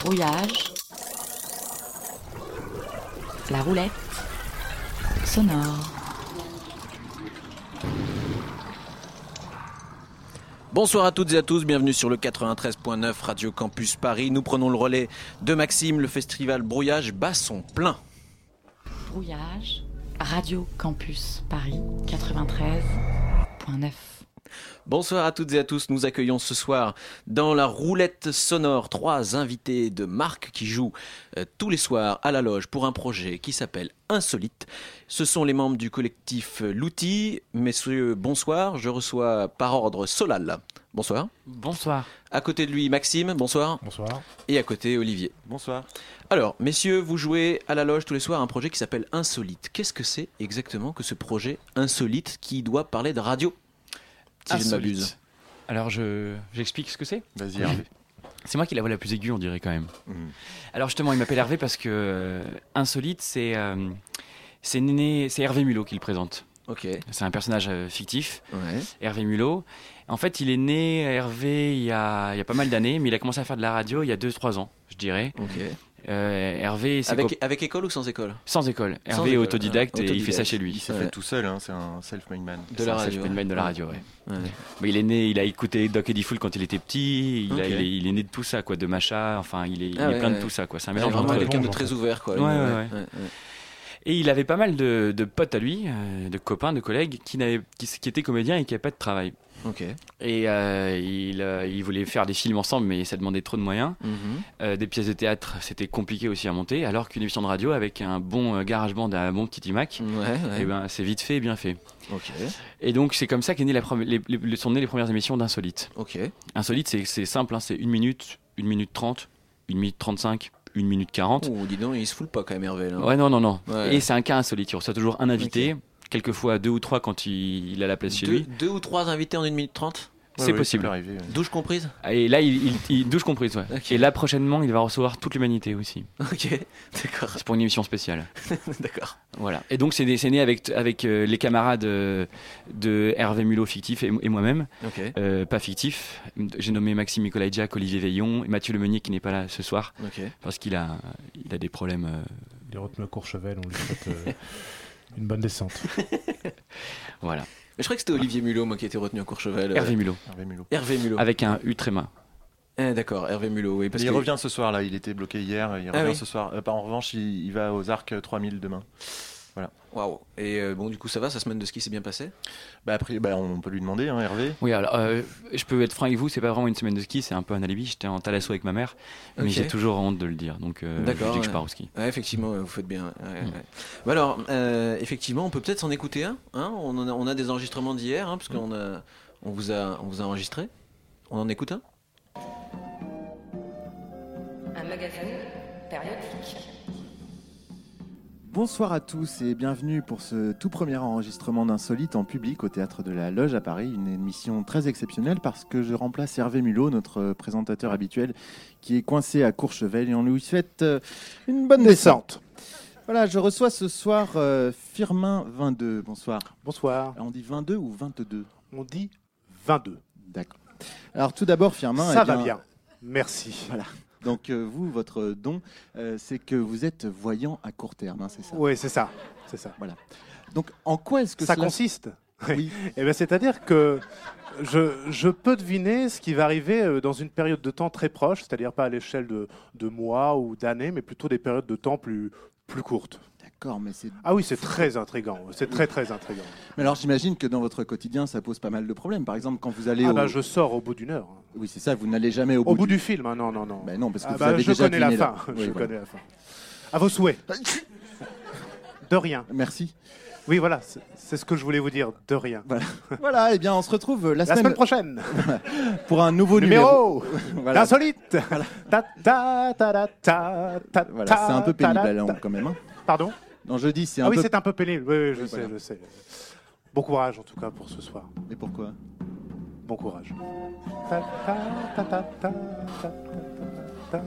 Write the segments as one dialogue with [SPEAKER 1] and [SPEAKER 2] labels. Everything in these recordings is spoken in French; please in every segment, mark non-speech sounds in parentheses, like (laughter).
[SPEAKER 1] brouillage, la roulette sonore.
[SPEAKER 2] Bonsoir à toutes et à tous, bienvenue sur le 93.9 Radio Campus Paris. Nous prenons le relais de Maxime, le festival Brouillage bat son plein.
[SPEAKER 1] Brouillage, Radio Campus Paris 93.9.
[SPEAKER 2] Bonsoir à toutes et à tous, nous accueillons ce soir dans la roulette sonore trois invités de marque qui jouent euh, tous les soirs à la loge pour un projet qui s'appelle Insolite. Ce sont les membres du collectif euh, L'Outil. Messieurs, bonsoir, je reçois par ordre Solal. Bonsoir.
[SPEAKER 3] Bonsoir.
[SPEAKER 2] À côté de lui, Maxime, bonsoir.
[SPEAKER 4] Bonsoir.
[SPEAKER 2] Et à côté, Olivier.
[SPEAKER 5] Bonsoir.
[SPEAKER 2] Alors, messieurs, vous jouez à la loge tous les soirs un projet qui s'appelle Insolite. Qu'est-ce que c'est exactement que ce projet Insolite qui doit parler de radio Si je ne
[SPEAKER 3] Insolite.
[SPEAKER 2] m'abuse.
[SPEAKER 3] Alors je j'explique ce que c'est.
[SPEAKER 5] Vas-y, Hervé.
[SPEAKER 3] C'est moi qui ai la voix la plus aiguë, on dirait quand même.
[SPEAKER 2] Mmh.
[SPEAKER 5] Mhm.
[SPEAKER 3] Alors justement, il m'appelle Hervé parce que euh, insolite, c'est euh, c'est né- c'est Hervé Mulot qui le présente.
[SPEAKER 2] Ok.
[SPEAKER 3] C'est un personnage euh, fictif,
[SPEAKER 2] Ouais.
[SPEAKER 3] Hervé Mulot. En fait, il est né Hervé il y a, il y a pas mal d'années, mais il a commencé à faire de la radio il y a 2-3 ans, je dirais.
[SPEAKER 2] Ok.
[SPEAKER 3] Euh, Hervé, c'est
[SPEAKER 2] Avec, avec école ou sans école
[SPEAKER 3] sans école.
[SPEAKER 2] Sans
[SPEAKER 3] Hervé est
[SPEAKER 2] école,
[SPEAKER 3] autodidacte
[SPEAKER 2] ouais,
[SPEAKER 3] et il fait ça
[SPEAKER 2] autodidacte.
[SPEAKER 3] chez
[SPEAKER 5] Il
[SPEAKER 3] lui.
[SPEAKER 5] s'est
[SPEAKER 2] Ouais.
[SPEAKER 5] fait tout seul, hein, c'est un self-made man.
[SPEAKER 2] De la
[SPEAKER 3] Ça, ça, je
[SPEAKER 2] radio.
[SPEAKER 3] peux le mettre de la radio, ouais.
[SPEAKER 2] Ouais.
[SPEAKER 3] Mais il est né, il a écouté Doc et Diffoul quand il était petit. Il, a-
[SPEAKER 2] Ok.
[SPEAKER 3] il est, il est né de tout ça, quoi, de Macha. Enfin, il est, il
[SPEAKER 2] Ah
[SPEAKER 3] est
[SPEAKER 2] ouais,
[SPEAKER 3] plein
[SPEAKER 2] ouais.
[SPEAKER 3] de tout ça, quoi. C'est un
[SPEAKER 2] Ouais,
[SPEAKER 3] mélange
[SPEAKER 2] vraiment
[SPEAKER 3] entre
[SPEAKER 4] éponge,
[SPEAKER 3] les-
[SPEAKER 2] quelqu'un de
[SPEAKER 4] en
[SPEAKER 2] très
[SPEAKER 4] fait.
[SPEAKER 2] ouvert, quoi.
[SPEAKER 3] Ouais, ouais, Et il avait pas mal de, de potes à lui, euh, de copains, de collègues, qui, n'avaient- qui, qui étaient comédiens et qui n'avaient pas de travail.
[SPEAKER 2] Ok.
[SPEAKER 3] Et euh, il, euh, il voulait faire des films ensemble, mais ça demandait trop de moyens.
[SPEAKER 2] Mhm.
[SPEAKER 3] Euh, des pièces de théâtre, c'était compliqué aussi à monter. Alors qu'une émission de radio avec un bon euh, garage-band, un bon petit iMac,
[SPEAKER 2] Ouais, ouais.
[SPEAKER 3] eh ben, c'est vite fait et bien fait.
[SPEAKER 2] Ok.
[SPEAKER 3] Et donc, c'est comme ça qu'est née la première- les, les- sont nées les premières émissions d'Insolite.
[SPEAKER 2] Ok.
[SPEAKER 3] Insolite, c'est- c'est simple, hein, c'est 1 minute, 1 minute 30, 1 minute 35, 1 minute 40.
[SPEAKER 2] Ouh, Oh, dis donc, il se fout le pas quand même, Hervé. Là.
[SPEAKER 3] Ouais, non, non, non.
[SPEAKER 2] Ouais.
[SPEAKER 3] Et c'est un cas insolite, il reçoit toujours un invité, quelquefois deux ou trois quand il, il a la place chez
[SPEAKER 2] deux,
[SPEAKER 3] lui.
[SPEAKER 2] deux ou trois invités en une minute trente
[SPEAKER 3] c'est possible.
[SPEAKER 5] Arriver, euh, ouais.
[SPEAKER 2] Douche comprise
[SPEAKER 3] Et là, il, il, il- douche comprise, ouais.
[SPEAKER 2] Ok.
[SPEAKER 3] Et là, prochainement, il va recevoir toute l'humanité aussi.
[SPEAKER 2] Ok. D'accord.
[SPEAKER 3] C'est pour une émission spéciale.
[SPEAKER 2] (laughs) D'accord.
[SPEAKER 3] Voilà. Et donc, c'est né c'est né avec, avec euh, les camarades euh, de Hervé Mulot fictif et, et moi-même,
[SPEAKER 2] Ok.
[SPEAKER 3] euh, pas fictif. J'ai nommé Maxime Nicolas Jack, Olivier Veillon, et Mathieu Lemeunier qui n'est pas là ce soir
[SPEAKER 2] Ok.
[SPEAKER 3] parce qu'il a, il a des problèmes euh,
[SPEAKER 4] Les Rotemeux Courchevel, on lui souhaite euh, une bonne descente.
[SPEAKER 3] voilà.
[SPEAKER 2] Mais je crois que c'était Olivier Mulot, moi, qui était retenu à Courchevel. euh,
[SPEAKER 3] Hervé Mulot,
[SPEAKER 5] Hervé Mulot.
[SPEAKER 2] Hervé Mulot.
[SPEAKER 3] avec un U tréma.
[SPEAKER 2] Eh, D'accord, Hervé Mulot, oui. Parce
[SPEAKER 5] il
[SPEAKER 2] que...
[SPEAKER 5] revient ce soir, là. Il était bloqué hier. Il
[SPEAKER 2] Ah
[SPEAKER 5] revient
[SPEAKER 2] oui.
[SPEAKER 5] ce soir. Euh, par- en revanche, il, il va aux Arcs 3000 demain.
[SPEAKER 2] Waouh. Et euh, bon, du coup, ça va, sa semaine de ski s'est bien passée
[SPEAKER 5] Bah, après, bah, on peut lui demander, hein, Hervé.
[SPEAKER 3] Oui, alors euh, je peux être franc avec vous, c'est pas vraiment une semaine de ski, c'est un peu un alibi. J'étais en thalasso avec ma mère, mais
[SPEAKER 2] Ok.
[SPEAKER 3] j'ai toujours honte de le dire. Donc euh, je dis
[SPEAKER 2] D'accord,
[SPEAKER 3] que je
[SPEAKER 2] ouais.
[SPEAKER 3] pars au ski.
[SPEAKER 2] Ouais, effectivement, ouais, vous faites bien. ouais, ouais,
[SPEAKER 3] Mm.
[SPEAKER 2] ouais. Bah alors, euh, effectivement, on peut peut-être s'en écouter un. hein on, en a, on a des enregistrements d'hier, hein, parce qu'on a, on vous a, on vous a enregistré. On en écoute un
[SPEAKER 6] Un magazine périodique.
[SPEAKER 7] Bonsoir à tous et bienvenue pour ce tout premier enregistrement d'Insolite en public au théâtre de la Loge à Paris. Une émission très exceptionnelle parce que je remplace Hervé Mulot, notre présentateur habituel, qui est coincé à Courchevel et on lui souhaite euh, une bonne descente. Voilà, je reçois ce soir euh, Firmin 22. Bonsoir.
[SPEAKER 8] Bonsoir.
[SPEAKER 7] On dit 22 ou 22
[SPEAKER 8] On dit 22.
[SPEAKER 7] D'accord. Alors tout d'abord, Firmin.
[SPEAKER 8] Ça
[SPEAKER 7] eh
[SPEAKER 8] va bien. Merci.
[SPEAKER 7] Donc euh, vous, votre don, euh, c'est que vous êtes voyant à court terme, hein, c'est ça
[SPEAKER 8] Oui, c'est ça. C'est ça.
[SPEAKER 7] Donc en quoi est-ce que
[SPEAKER 8] ça
[SPEAKER 7] cela...
[SPEAKER 8] consiste
[SPEAKER 7] Oui.
[SPEAKER 8] (laughs) Eh bien, c'est-à-dire que je, je peux deviner ce qui va arriver euh, dans une période de temps très proche, c'est-à-dire pas à l'échelle de, de mois ou d'années, mais plutôt des périodes de temps plus, plus courtes.
[SPEAKER 7] D'accord, mais c'est
[SPEAKER 8] Ah oui, c'est très intrigant. C'est très, très intrigant.
[SPEAKER 7] Mais alors j'imagine que dans votre quotidien, ça pose pas mal de problèmes. Par exemple, quand vous allez
[SPEAKER 8] Ah
[SPEAKER 7] au...
[SPEAKER 8] bah, je sors au bout d'une heure.
[SPEAKER 7] Oui, c'est ça, vous n'allez jamais au,
[SPEAKER 8] Au bout du film, hein, non, non, non.
[SPEAKER 7] Ben non, parce que
[SPEAKER 8] Ah
[SPEAKER 7] vous
[SPEAKER 8] bah,
[SPEAKER 7] avez
[SPEAKER 8] je
[SPEAKER 7] déjà
[SPEAKER 8] connais la
[SPEAKER 7] deviné
[SPEAKER 8] fin. (laughs)
[SPEAKER 7] là.
[SPEAKER 8] je
[SPEAKER 7] Oui, voilà.
[SPEAKER 8] connais la fin. À vos souhaits.
[SPEAKER 7] (laughs)
[SPEAKER 8] De rien. (laughs)
[SPEAKER 7] Merci.
[SPEAKER 8] Oui, voilà, c'est- c'est ce que je voulais vous dire. De rien.
[SPEAKER 7] voilà, eh bien, on se retrouve la,
[SPEAKER 8] La semaine prochaine.
[SPEAKER 7] pour un nouveau numéro.
[SPEAKER 8] numéro,
[SPEAKER 7] Voilà.
[SPEAKER 8] l'insolite. Ta, ta, ta, ta, ta, ta,
[SPEAKER 7] Voilà, c'est un peu
[SPEAKER 8] ta, ta,
[SPEAKER 7] pénible à la
[SPEAKER 8] ta.
[SPEAKER 7] langue quand même. hein.
[SPEAKER 8] Pardon
[SPEAKER 7] Non, je dis, c'est un
[SPEAKER 8] Ah oui,
[SPEAKER 7] peu.
[SPEAKER 8] c'est un peu pénible. Oui, oui, je
[SPEAKER 7] Oui,
[SPEAKER 8] sais,
[SPEAKER 7] voilà.
[SPEAKER 8] je sais. Bon courage en tout cas pour ce soir.
[SPEAKER 7] Mais pourquoi
[SPEAKER 8] Bon courage. Ta, ta, ta, ta, ta, ta, ta, ta.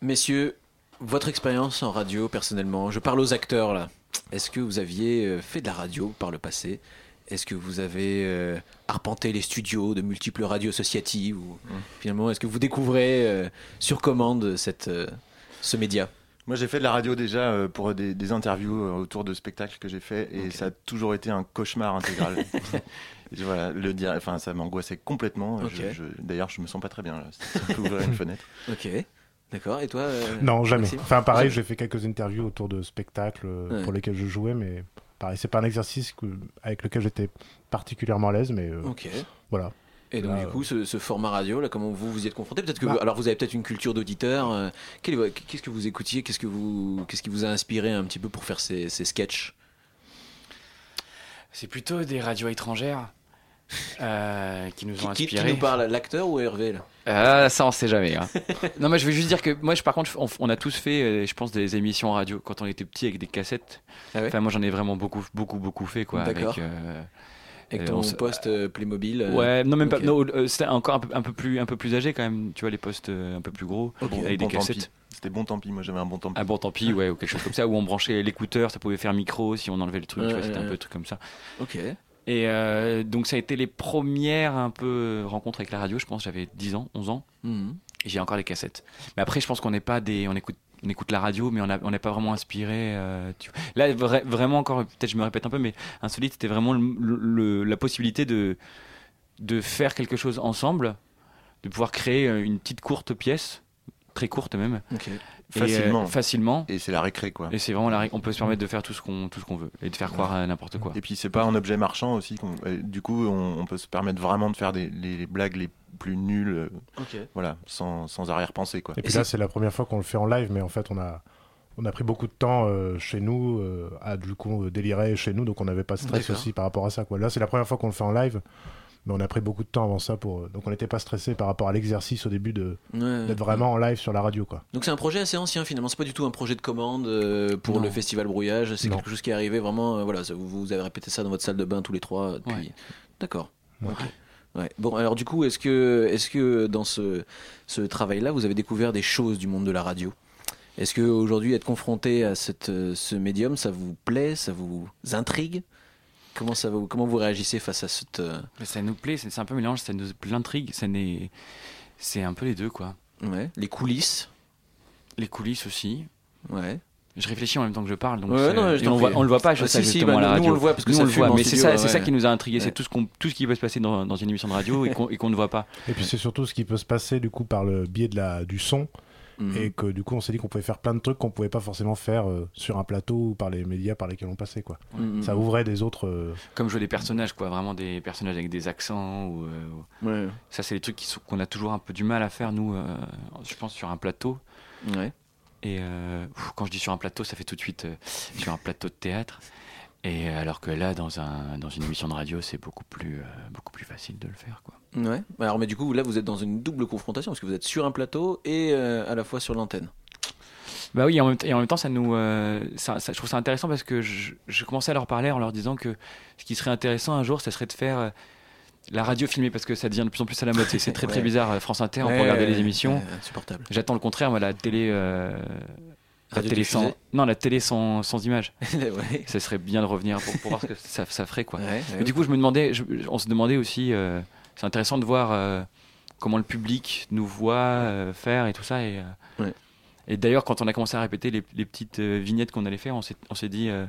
[SPEAKER 2] Messieurs, votre expérience en radio, personnellement, je parle aux acteurs là. Est-ce que vous aviez euh, fait de la radio par le passé Est-ce que vous avez euh, arpenté les studios de multiples radios associatives ou finalement est-ce que vous découvrez euh, sur commande cette euh, ce média
[SPEAKER 5] Moi, j'ai fait de la radio déjà euh, pour des, des interviews euh, autour de spectacles que j'ai fait et ça a toujours été un cauchemar intégral.
[SPEAKER 2] (laughs)
[SPEAKER 5] Et voilà, le dire, enfin, ça m'angoissait complètement. euh, je-
[SPEAKER 2] Ok.
[SPEAKER 5] je- D'ailleurs, je me sens pas très bien. Là. Si tu peux ouvrir
[SPEAKER 2] (laughs)
[SPEAKER 5] une fenêtre.
[SPEAKER 2] Ok, d'accord. Et toi euh,
[SPEAKER 4] Non, jamais.
[SPEAKER 2] Maxime
[SPEAKER 4] Enfin, pareil, j'ai fait quelques interviews autour de spectacles euh,
[SPEAKER 2] Ouais.
[SPEAKER 4] pour lesquels je jouais, mais pareil, c'est pas un exercice que- avec lequel j'étais particulièrement à l'aise, mais euh,
[SPEAKER 2] Ok.
[SPEAKER 4] voilà.
[SPEAKER 2] Et donc
[SPEAKER 4] Là,
[SPEAKER 2] du
[SPEAKER 4] euh,
[SPEAKER 2] coup, ce, ce format radio, là, comment vous vous y êtes confronté Peut-être que
[SPEAKER 4] Bah.
[SPEAKER 2] vous- alors vous avez peut-être une culture d'auditeur. euh, quelle est vo- qu'est-ce que vous écoutiez Qu'est-ce que vous qu'est-ce qui vous a inspiré un petit peu pour faire ces, ces sketchs
[SPEAKER 3] C'est plutôt des radios étrangères euh, qui nous ont
[SPEAKER 2] qui, qui- qui
[SPEAKER 3] inspirés.
[SPEAKER 2] nous parle L'acteur ou Hervé là
[SPEAKER 3] Ah, ça, on sait jamais.
[SPEAKER 2] (laughs)
[SPEAKER 3] hein. non, mais je vais juste dire que moi, je, par contre, on, on a tous fait, euh, je pense, des émissions en radio quand on était petit avec des cassettes.
[SPEAKER 2] Ah ouais
[SPEAKER 3] Enfin, moi, j'en ai vraiment beaucoup, beaucoup, beaucoup fait, quoi. avec,
[SPEAKER 2] D'accord.
[SPEAKER 3] euh,
[SPEAKER 2] Avec
[SPEAKER 3] Euh,
[SPEAKER 2] ton
[SPEAKER 3] on s-
[SPEAKER 2] poste euh, Playmobil. euh,
[SPEAKER 3] Ouais, non, même
[SPEAKER 2] ok.
[SPEAKER 3] pas. Non, euh, c'était encore un peu, un peu plus, un peu plus âgé quand même. Tu vois, les postes euh, un peu plus gros
[SPEAKER 2] Ok.
[SPEAKER 3] avec
[SPEAKER 5] Bon,
[SPEAKER 3] des
[SPEAKER 5] tant
[SPEAKER 3] cassettes.
[SPEAKER 5] pis. C'était bon, tant pis. Moi, j'avais un bon temps.
[SPEAKER 3] Ah bon, tant pis, ouais, ou quelque chose comme ça, où on branchait l'écouteur, ça pouvait faire micro si on enlevait le truc, tu
[SPEAKER 2] Ouais,
[SPEAKER 3] vois, c'était
[SPEAKER 2] ouais,
[SPEAKER 3] un peu
[SPEAKER 2] ouais.
[SPEAKER 3] un truc comme ça.
[SPEAKER 2] Ok.
[SPEAKER 3] Et euh, donc, ça a été les premières un peu rencontres avec la radio, je pense, j'avais 10 ans, 11 ans,
[SPEAKER 2] Mhm.
[SPEAKER 3] et j'ai encore des cassettes. Mais après, je pense qu'on n'est pas des. On écoute, on écoute la radio, mais on a- on n'est pas vraiment inspiré. euh, tu vois. Là, vra- vraiment encore, peut-être je me répète un peu, mais Insolite, c'était vraiment le- le- la possibilité de, de faire quelque chose ensemble, de pouvoir créer euh, une petite courte pièce, très courte même.
[SPEAKER 2] Ok.
[SPEAKER 3] et, euh,
[SPEAKER 5] Facilement.
[SPEAKER 3] facilement.
[SPEAKER 5] Et c'est la récré, quoi.
[SPEAKER 3] Et c'est vraiment la règle. On peut se permettre de faire tout ce qu'on tout ce qu'on veut et de faire croire à n'importe quoi.
[SPEAKER 5] Et puis c'est pas un objet marchand aussi. qu'on- euh, Du coup, on, on peut se permettre vraiment de faire des, les, les blagues les plus nulles, euh,
[SPEAKER 2] Ok.
[SPEAKER 5] voilà, sans, sans arrière-pensée quoi.
[SPEAKER 4] Et puis
[SPEAKER 2] c'est-
[SPEAKER 4] là, c'est la première fois qu'on le fait en live, mais en fait, on a, on a pris beaucoup de temps euh, chez nous euh, à du coup euh, délirer chez nous, donc on n'avait pas de stress
[SPEAKER 2] D'accord.
[SPEAKER 4] aussi par rapport à ça. Quoi. Là, c'est la première fois qu'on le fait en live, mais on a pris beaucoup de temps avant ça, pour, euh, donc on n'était pas stressé par rapport à l'exercice au début de-
[SPEAKER 2] Ouais.
[SPEAKER 4] d'être vraiment en live sur la radio. Quoi.
[SPEAKER 2] Donc c'est un projet assez ancien finalement. C'est pas du tout un projet de commande euh, pour
[SPEAKER 3] Non.
[SPEAKER 2] le festival brouillage. C'est
[SPEAKER 4] Non.
[SPEAKER 2] quelque chose qui est arrivé vraiment. euh, voilà, ça- vous, vous avez répété ça dans votre salle de bain tous les trois. euh, Depuis...
[SPEAKER 3] Ouais.
[SPEAKER 2] D'accord.
[SPEAKER 4] Ouais.
[SPEAKER 2] Ok. Ouais. Bon, alors du coup, est-ce que, est-ce que dans ce, ce travail-là, vous avez découvert des choses du monde de la radio Est-ce que aujourd'hui, être confronté à cette, euh, ce médium, ça vous plaît Ça vous intrigue Comment ça vous, comment vous réagissez face à cette euh,
[SPEAKER 3] Mais Ça nous plaît, c'est c'est un peu mélange, ça nous l'intrigue, ça n'est c'est un peu les deux quoi.
[SPEAKER 2] ouais, les coulisses
[SPEAKER 3] Les coulisses aussi.
[SPEAKER 2] Ouais.
[SPEAKER 3] Je réfléchis en même temps que je parle donc
[SPEAKER 2] Ouais,
[SPEAKER 3] c'est-
[SPEAKER 2] non, mais je
[SPEAKER 3] et
[SPEAKER 2] t'en
[SPEAKER 3] on voit
[SPEAKER 2] prie.
[SPEAKER 3] on le voit pas je
[SPEAKER 2] Ah,
[SPEAKER 3] sais
[SPEAKER 2] si, si,
[SPEAKER 3] justement,
[SPEAKER 2] bah,
[SPEAKER 3] à la
[SPEAKER 2] nous,
[SPEAKER 3] radio.
[SPEAKER 2] on le voit parce que
[SPEAKER 3] Nous,
[SPEAKER 2] ça
[SPEAKER 3] on le
[SPEAKER 2] fume
[SPEAKER 3] voit,
[SPEAKER 2] en
[SPEAKER 3] mais c'est
[SPEAKER 2] studio,
[SPEAKER 3] ça c'est ça
[SPEAKER 2] ouais.
[SPEAKER 3] qui nous a intrigué,
[SPEAKER 2] Ouais.
[SPEAKER 3] c'est tout ce qu'on tout ce qui peut se passer dans, dans une émission de radio et qu'on et qu'on ne voit pas.
[SPEAKER 4] Et puis c'est surtout ce qui peut se passer du coup par le biais de la, du son,
[SPEAKER 2] Mhm.
[SPEAKER 5] Mm.
[SPEAKER 4] et que du coup, on s'est dit qu'on pouvait faire plein de trucs qu'on pouvait pas forcément faire euh, sur un plateau ou par les médias par lesquels on passait. Quoi.
[SPEAKER 2] Mhm.
[SPEAKER 5] Mm.
[SPEAKER 4] Ça ouvrait des autres. euh,
[SPEAKER 3] Comme jouer des personnages quoi, vraiment des personnages avec des accents ou, euh, ou-
[SPEAKER 2] Ouais.
[SPEAKER 3] ça c'est des trucs qui sont- qu'on a toujours un peu du mal à faire nous euh, je pense sur un plateau.
[SPEAKER 2] Ouais.
[SPEAKER 3] Et euh, ouf, quand je dis sur un plateau, ça fait tout de suite euh, sur un plateau de théâtre. Et euh, alors que là, dans, un, dans une émission de radio, c'est beaucoup plus, euh, beaucoup plus facile de le faire. Quoi.
[SPEAKER 2] Ouais. Bah, Alors, mais du coup, là, vous êtes dans une double confrontation parce que vous êtes sur un plateau et euh, à la fois sur l'antenne.
[SPEAKER 3] Bah oui, et en même, t- et en même temps, ça nous, euh, ça- ça- je trouve ça intéressant parce que je, je commençais à leur parler en leur disant que ce qui serait intéressant un jour, ça serait de faire euh, la radio filmée parce que ça devient de plus en plus à la mode. C'est- C'est très très
[SPEAKER 2] Ouais.
[SPEAKER 3] bizarre. euh, France Inter, on peut regarder les émissions.
[SPEAKER 2] Ouais,
[SPEAKER 3] (laughs)
[SPEAKER 2] Insupportable.
[SPEAKER 3] J'attends le contraire, moi, la télé. euh, la
[SPEAKER 2] Radio
[SPEAKER 3] télé
[SPEAKER 2] diffusée.
[SPEAKER 3] sans, non, la télé sans, sans image.
[SPEAKER 2] ouais. ouais.
[SPEAKER 3] Ça serait bien de revenir pour, pour voir
[SPEAKER 2] (laughs)
[SPEAKER 3] ce que ça, ça ferait. Quoi.
[SPEAKER 2] ouais.
[SPEAKER 3] Mais du coup, je me demandais, je- on se demandait aussi, euh, c'est intéressant de voir euh, comment le public nous voit euh, faire et tout ça. Et, euh,
[SPEAKER 2] Ouais.
[SPEAKER 3] et d'ailleurs, quand on a commencé à répéter les, les petites euh, vignettes qu'on allait faire, on s'est on s'est dit, euh,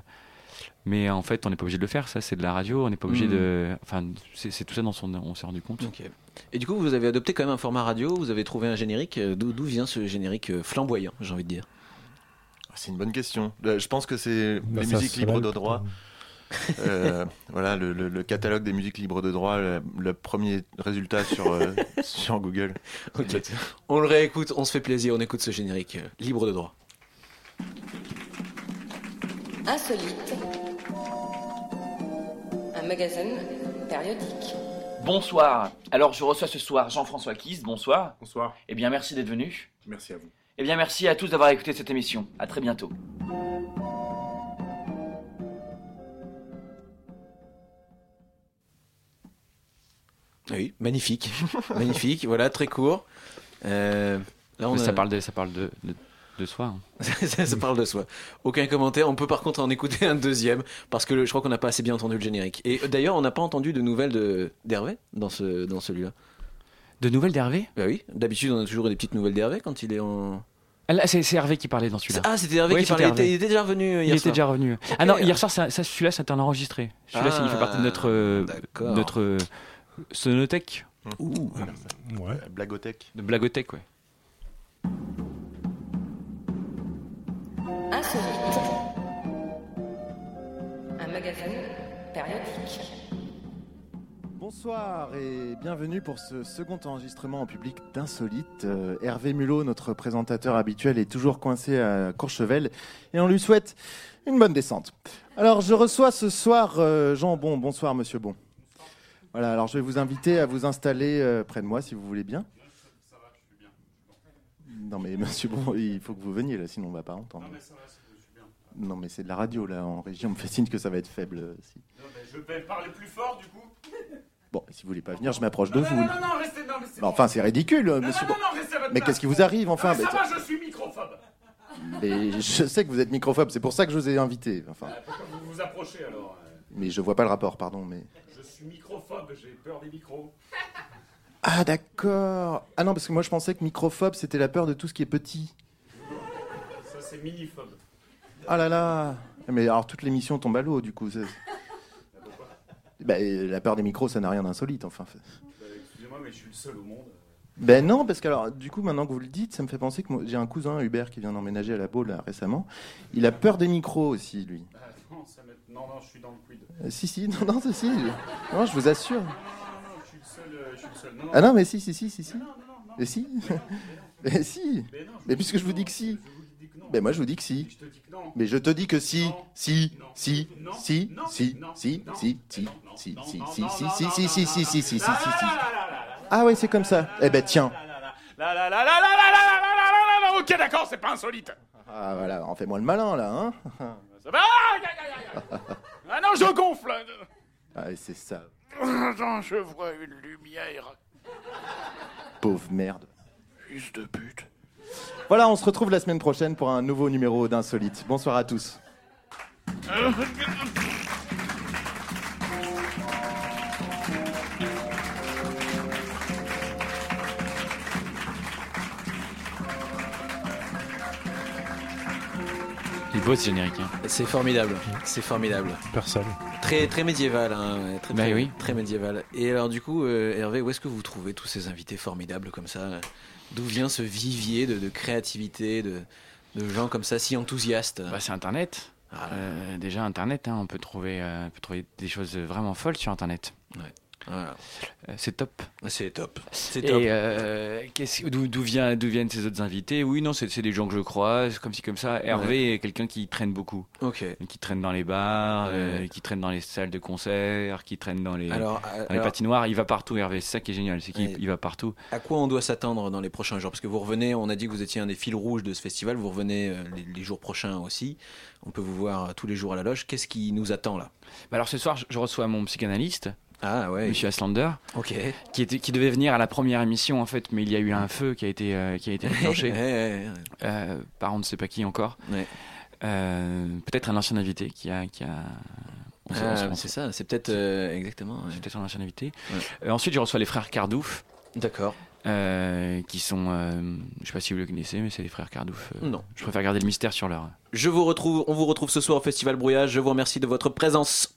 [SPEAKER 3] mais en fait, on n'est pas obligé de le faire, ça c'est de la radio, on n'est pas obligé
[SPEAKER 2] Mhm.
[SPEAKER 3] de. Enfin, c'est c'est tout ça dans son. On s'est rendu compte.
[SPEAKER 2] Ok. Et du coup, vous avez adopté quand même un format radio, vous avez trouvé un générique. Euh, D'où d'où vient ce générique euh, flamboyant, j'ai envie de
[SPEAKER 3] (laughs)
[SPEAKER 2] dire
[SPEAKER 5] Ah, C'est une bonne question. Euh, Je pense que c'est
[SPEAKER 4] bah,
[SPEAKER 5] les
[SPEAKER 4] ça
[SPEAKER 5] musiques
[SPEAKER 4] se
[SPEAKER 5] libres
[SPEAKER 4] révèle,
[SPEAKER 5] de droit.
[SPEAKER 4] putain.
[SPEAKER 5] Euh, voilà, le, le- le catalogue des musiques libres de droit, le, le premier résultat sur, euh, (laughs) sur Google.
[SPEAKER 2] Ok. On le réécoute, on se fait plaisir, on écoute ce générique euh, libre de droit.
[SPEAKER 6] Insolite. Un magasin périodique.
[SPEAKER 9] Bonsoir. Alors, je reçois ce soir Jean-François Kiss. Bonsoir.
[SPEAKER 10] Bonsoir,
[SPEAKER 9] Eh bien, merci d'être venu.
[SPEAKER 10] merci à vous.
[SPEAKER 9] Eh bien, merci à tous d'avoir écouté cette émission. À très bientôt.
[SPEAKER 2] Oui,
[SPEAKER 3] (laughs)
[SPEAKER 2] magnifique. magnifique, voilà, très court. Euh, là, on
[SPEAKER 3] Mais
[SPEAKER 2] a-
[SPEAKER 3] Ça parle de, ça parle de, de- de soi. hein.
[SPEAKER 2] ça, ça parle de soi. Aucun commentaire. On peut par contre en écouter un deuxième parce que le- je crois qu'on n'a pas assez bien entendu le générique. Et euh, d'ailleurs, on n'a pas entendu de nouvelles de- d'Hervé dans, ce, dans celui-là.
[SPEAKER 3] De nouvelles d'Hervé
[SPEAKER 2] Bah oui, d'habitude, on a toujours des petites nouvelles d'Hervé quand il est en.
[SPEAKER 3] Ah, Là, c'est c'est Hervé qui parlait dans celui-là.
[SPEAKER 2] Ah, c'était Hervé
[SPEAKER 3] Oui,
[SPEAKER 2] qui
[SPEAKER 3] c'était
[SPEAKER 2] parlait. Il
[SPEAKER 3] Hervé.
[SPEAKER 2] était- Il était déjà revenu euh, hier
[SPEAKER 3] Il était
[SPEAKER 2] soir.
[SPEAKER 3] déjà revenu. Ah non, hier soir, ça, ça, celui-là, c'était un enregistré. Celui-là, c'est- il fait partie de notre, euh,
[SPEAKER 2] Ah, d'accord.
[SPEAKER 3] notre euh, sonothèque,
[SPEAKER 2] Ouh.
[SPEAKER 4] Ouais.
[SPEAKER 5] La Blagothèque.
[SPEAKER 3] de blagothèque, ouais.
[SPEAKER 6] Insolite. Un magazine périodique.
[SPEAKER 7] Bonsoir et bienvenue pour ce second enregistrement en public d'Insolite. Euh, Hervé Mulot, notre présentateur habituel, est toujours coincé à Courchevel et on lui souhaite une bonne descente. Alors je reçois ce soir euh, Jean Bon. Bonsoir Monsieur Bon. Voilà, alors je vais vous inviter à vous installer euh, près de moi si vous voulez bien. Non mais Monsieur Bon, il faut que vous veniez là, sinon on va pas entendre. Non mais c'est de la radio là, en région, on me fait signe que ça va être faible. euh, si-
[SPEAKER 10] Je vais parler plus fort du coup.
[SPEAKER 7] Bon, si vous voulez pas venir, je m'approche de vous.
[SPEAKER 10] non, non, restez, non, mais c'est
[SPEAKER 7] Mais enfin, c'est ridicule, euh, monsieur. Bon-
[SPEAKER 10] restez à votre
[SPEAKER 7] Mais qu'est-ce qui vous arrive, enfin mais,
[SPEAKER 10] je suis microphobe.
[SPEAKER 7] mais je sais que vous êtes microphobe, c'est pour ça que je vous ai invité. Enfin,
[SPEAKER 10] Vous vous approchez alors.
[SPEAKER 7] mais je vois pas le rapport, pardon. Mais
[SPEAKER 10] Je suis microphobe, j'ai peur des micros.
[SPEAKER 7] ah d'accord. Ah non, parce que moi je pensais que microphobe c'était la peur de tout ce qui est petit.
[SPEAKER 10] Ça, c'est miniphobe.
[SPEAKER 7] Ah là là. Mais alors toute l'émission tombe à l'eau du coup. c'est- Bah, euh, la peur des micros, ça n'a rien d'insolite, enfin.
[SPEAKER 10] Excusez-moi, mais je suis le seul au monde.
[SPEAKER 7] Ben non, parce que alors, du coup, maintenant que vous le dites, ça me fait penser que moi, j'ai un cousin, Hubert, qui vient d'emménager à la Baule là, récemment. Il a peur des micros aussi, lui.
[SPEAKER 10] Ah, non, ça m'est- non, non, je suis dans le quid.
[SPEAKER 7] Euh, si, si, (laughs) non, non, si, si. Non, je vous assure.
[SPEAKER 10] Non, je suis le seul. euh, je suis le seul. Non, non,
[SPEAKER 7] Ah non, mais si, si, si, si, si.
[SPEAKER 10] non, non, non, non.
[SPEAKER 7] Et si (laughs) Mais si
[SPEAKER 10] Mais non, je
[SPEAKER 7] Mais
[SPEAKER 10] vous
[SPEAKER 7] puisque je
[SPEAKER 10] dis
[SPEAKER 7] vous
[SPEAKER 10] non,
[SPEAKER 7] dis que si.
[SPEAKER 10] Je vous dis que non.
[SPEAKER 7] Mais moi je vous dis que si.
[SPEAKER 10] Je te dis que non.
[SPEAKER 7] Mais je te dis que si,
[SPEAKER 10] Non.
[SPEAKER 7] si,
[SPEAKER 10] Non.
[SPEAKER 7] si,
[SPEAKER 10] Non.
[SPEAKER 7] si,
[SPEAKER 10] Non.
[SPEAKER 7] si, si,
[SPEAKER 10] Non. Non.
[SPEAKER 7] si, si,
[SPEAKER 10] Non.
[SPEAKER 7] si,
[SPEAKER 10] Non.
[SPEAKER 7] si,
[SPEAKER 10] Non.
[SPEAKER 7] si,
[SPEAKER 10] Non.
[SPEAKER 7] si,
[SPEAKER 10] Non.
[SPEAKER 7] si,
[SPEAKER 10] Non.
[SPEAKER 7] si, si, si, si, si, si, si,
[SPEAKER 10] Là, là,
[SPEAKER 7] si.
[SPEAKER 10] là, là, là, là.
[SPEAKER 7] Ah ouais, c'est comme ça. Eh ben tiens.
[SPEAKER 10] La la la la la la la la la la la la Ok, d'accord, c'est pas insolite.
[SPEAKER 7] Ah voilà, en fais-moi le malin là, hein
[SPEAKER 10] Ça va Aïe, aïe, aïe, aïe, (laughs) aïe. Ah non, je gonfle
[SPEAKER 7] Ah ouais, c'est ça,
[SPEAKER 10] Attends, je vois une lumière.
[SPEAKER 7] pauvre merde.
[SPEAKER 10] Fils de pute.
[SPEAKER 7] Voilà, on se retrouve la semaine prochaine pour un nouveau numéro d'Insolite. Bonsoir à tous.
[SPEAKER 3] Il bosse ce générique. hein.
[SPEAKER 2] C'est formidable. C'est formidable.
[SPEAKER 4] Personne.
[SPEAKER 2] Très, très médiéval. hein. Très,
[SPEAKER 3] Bah
[SPEAKER 2] très,
[SPEAKER 3] oui.
[SPEAKER 2] très médiéval. Et alors, du coup, euh, Hervé, où est-ce que vous trouvez tous ces invités formidables comme ça D'où vient ce vivier de, de créativité, de, de gens comme ça si enthousiastes
[SPEAKER 3] Bah, c'est Internet.
[SPEAKER 2] Ah là
[SPEAKER 3] Euh, déjà, Internet, hein, on, peut trouver, euh, on peut trouver des choses vraiment folles sur Internet.
[SPEAKER 2] Voilà.
[SPEAKER 3] Euh, c'est top.
[SPEAKER 2] C'est top. C'est top.
[SPEAKER 3] Et euh, qu'est-ce- d'où d'où vient- d'où viennent ces autres invités Oui, non, c'est c'est des gens que je croise, comme ci, comme ça. Hervé est quelqu'un qui traîne beaucoup,
[SPEAKER 2] Ok.
[SPEAKER 3] qui traîne dans les bars, euh,
[SPEAKER 2] Ouais.
[SPEAKER 3] qui traîne dans les salles de concert, qui traîne dans les,
[SPEAKER 2] Alors,
[SPEAKER 3] dans les
[SPEAKER 2] alors,
[SPEAKER 3] patinoires. Il va partout, Hervé. C'est ça qui est génial, c'est qu'il
[SPEAKER 2] Ouais.
[SPEAKER 3] il va partout.
[SPEAKER 2] à quoi on doit s'attendre dans les prochains jours Parce que vous revenez, on a dit que vous étiez un des fils rouges de ce festival, vous revenez euh, les, les jours prochains aussi. On peut vous voir euh, tous les jours à la loge. Qu'est-ce qui nous attend là
[SPEAKER 3] Bah, alors ce soir, je, je reçois mon psychanalyste,
[SPEAKER 2] Ah ouais,
[SPEAKER 3] Monsieur Aslander,
[SPEAKER 2] ok.
[SPEAKER 3] qui, était, qui devait venir à la première émission en fait, mais il y a eu un feu qui a été, euh, qui
[SPEAKER 2] (laughs)
[SPEAKER 3] a été déclenché.
[SPEAKER 2] Ouais, ouais, ouais.
[SPEAKER 3] euh, par on ne sait pas qui encore.
[SPEAKER 2] Ouais.
[SPEAKER 3] Euh, Peut-être un ancien invité qui a. Qui a... on sait- on sait-
[SPEAKER 2] Ah,
[SPEAKER 3] on
[SPEAKER 2] c'est
[SPEAKER 3] sait-
[SPEAKER 2] ça, c'est peut-être euh, exactement. ouais.
[SPEAKER 3] c'est peut-être un ancien invité.
[SPEAKER 2] Ouais.
[SPEAKER 3] Euh, ensuite, je reçois les frères Cardouf,
[SPEAKER 2] D'accord.
[SPEAKER 3] euh, qui sont. euh, je sais pas si vous le connaissez, mais c'est les frères Cardouf. euh,
[SPEAKER 2] Non.
[SPEAKER 3] Je préfère garder le mystère sur leur.
[SPEAKER 2] Je vous retrouve, on vous retrouve ce soir au Festival Brouillage. Je vous remercie de votre présence.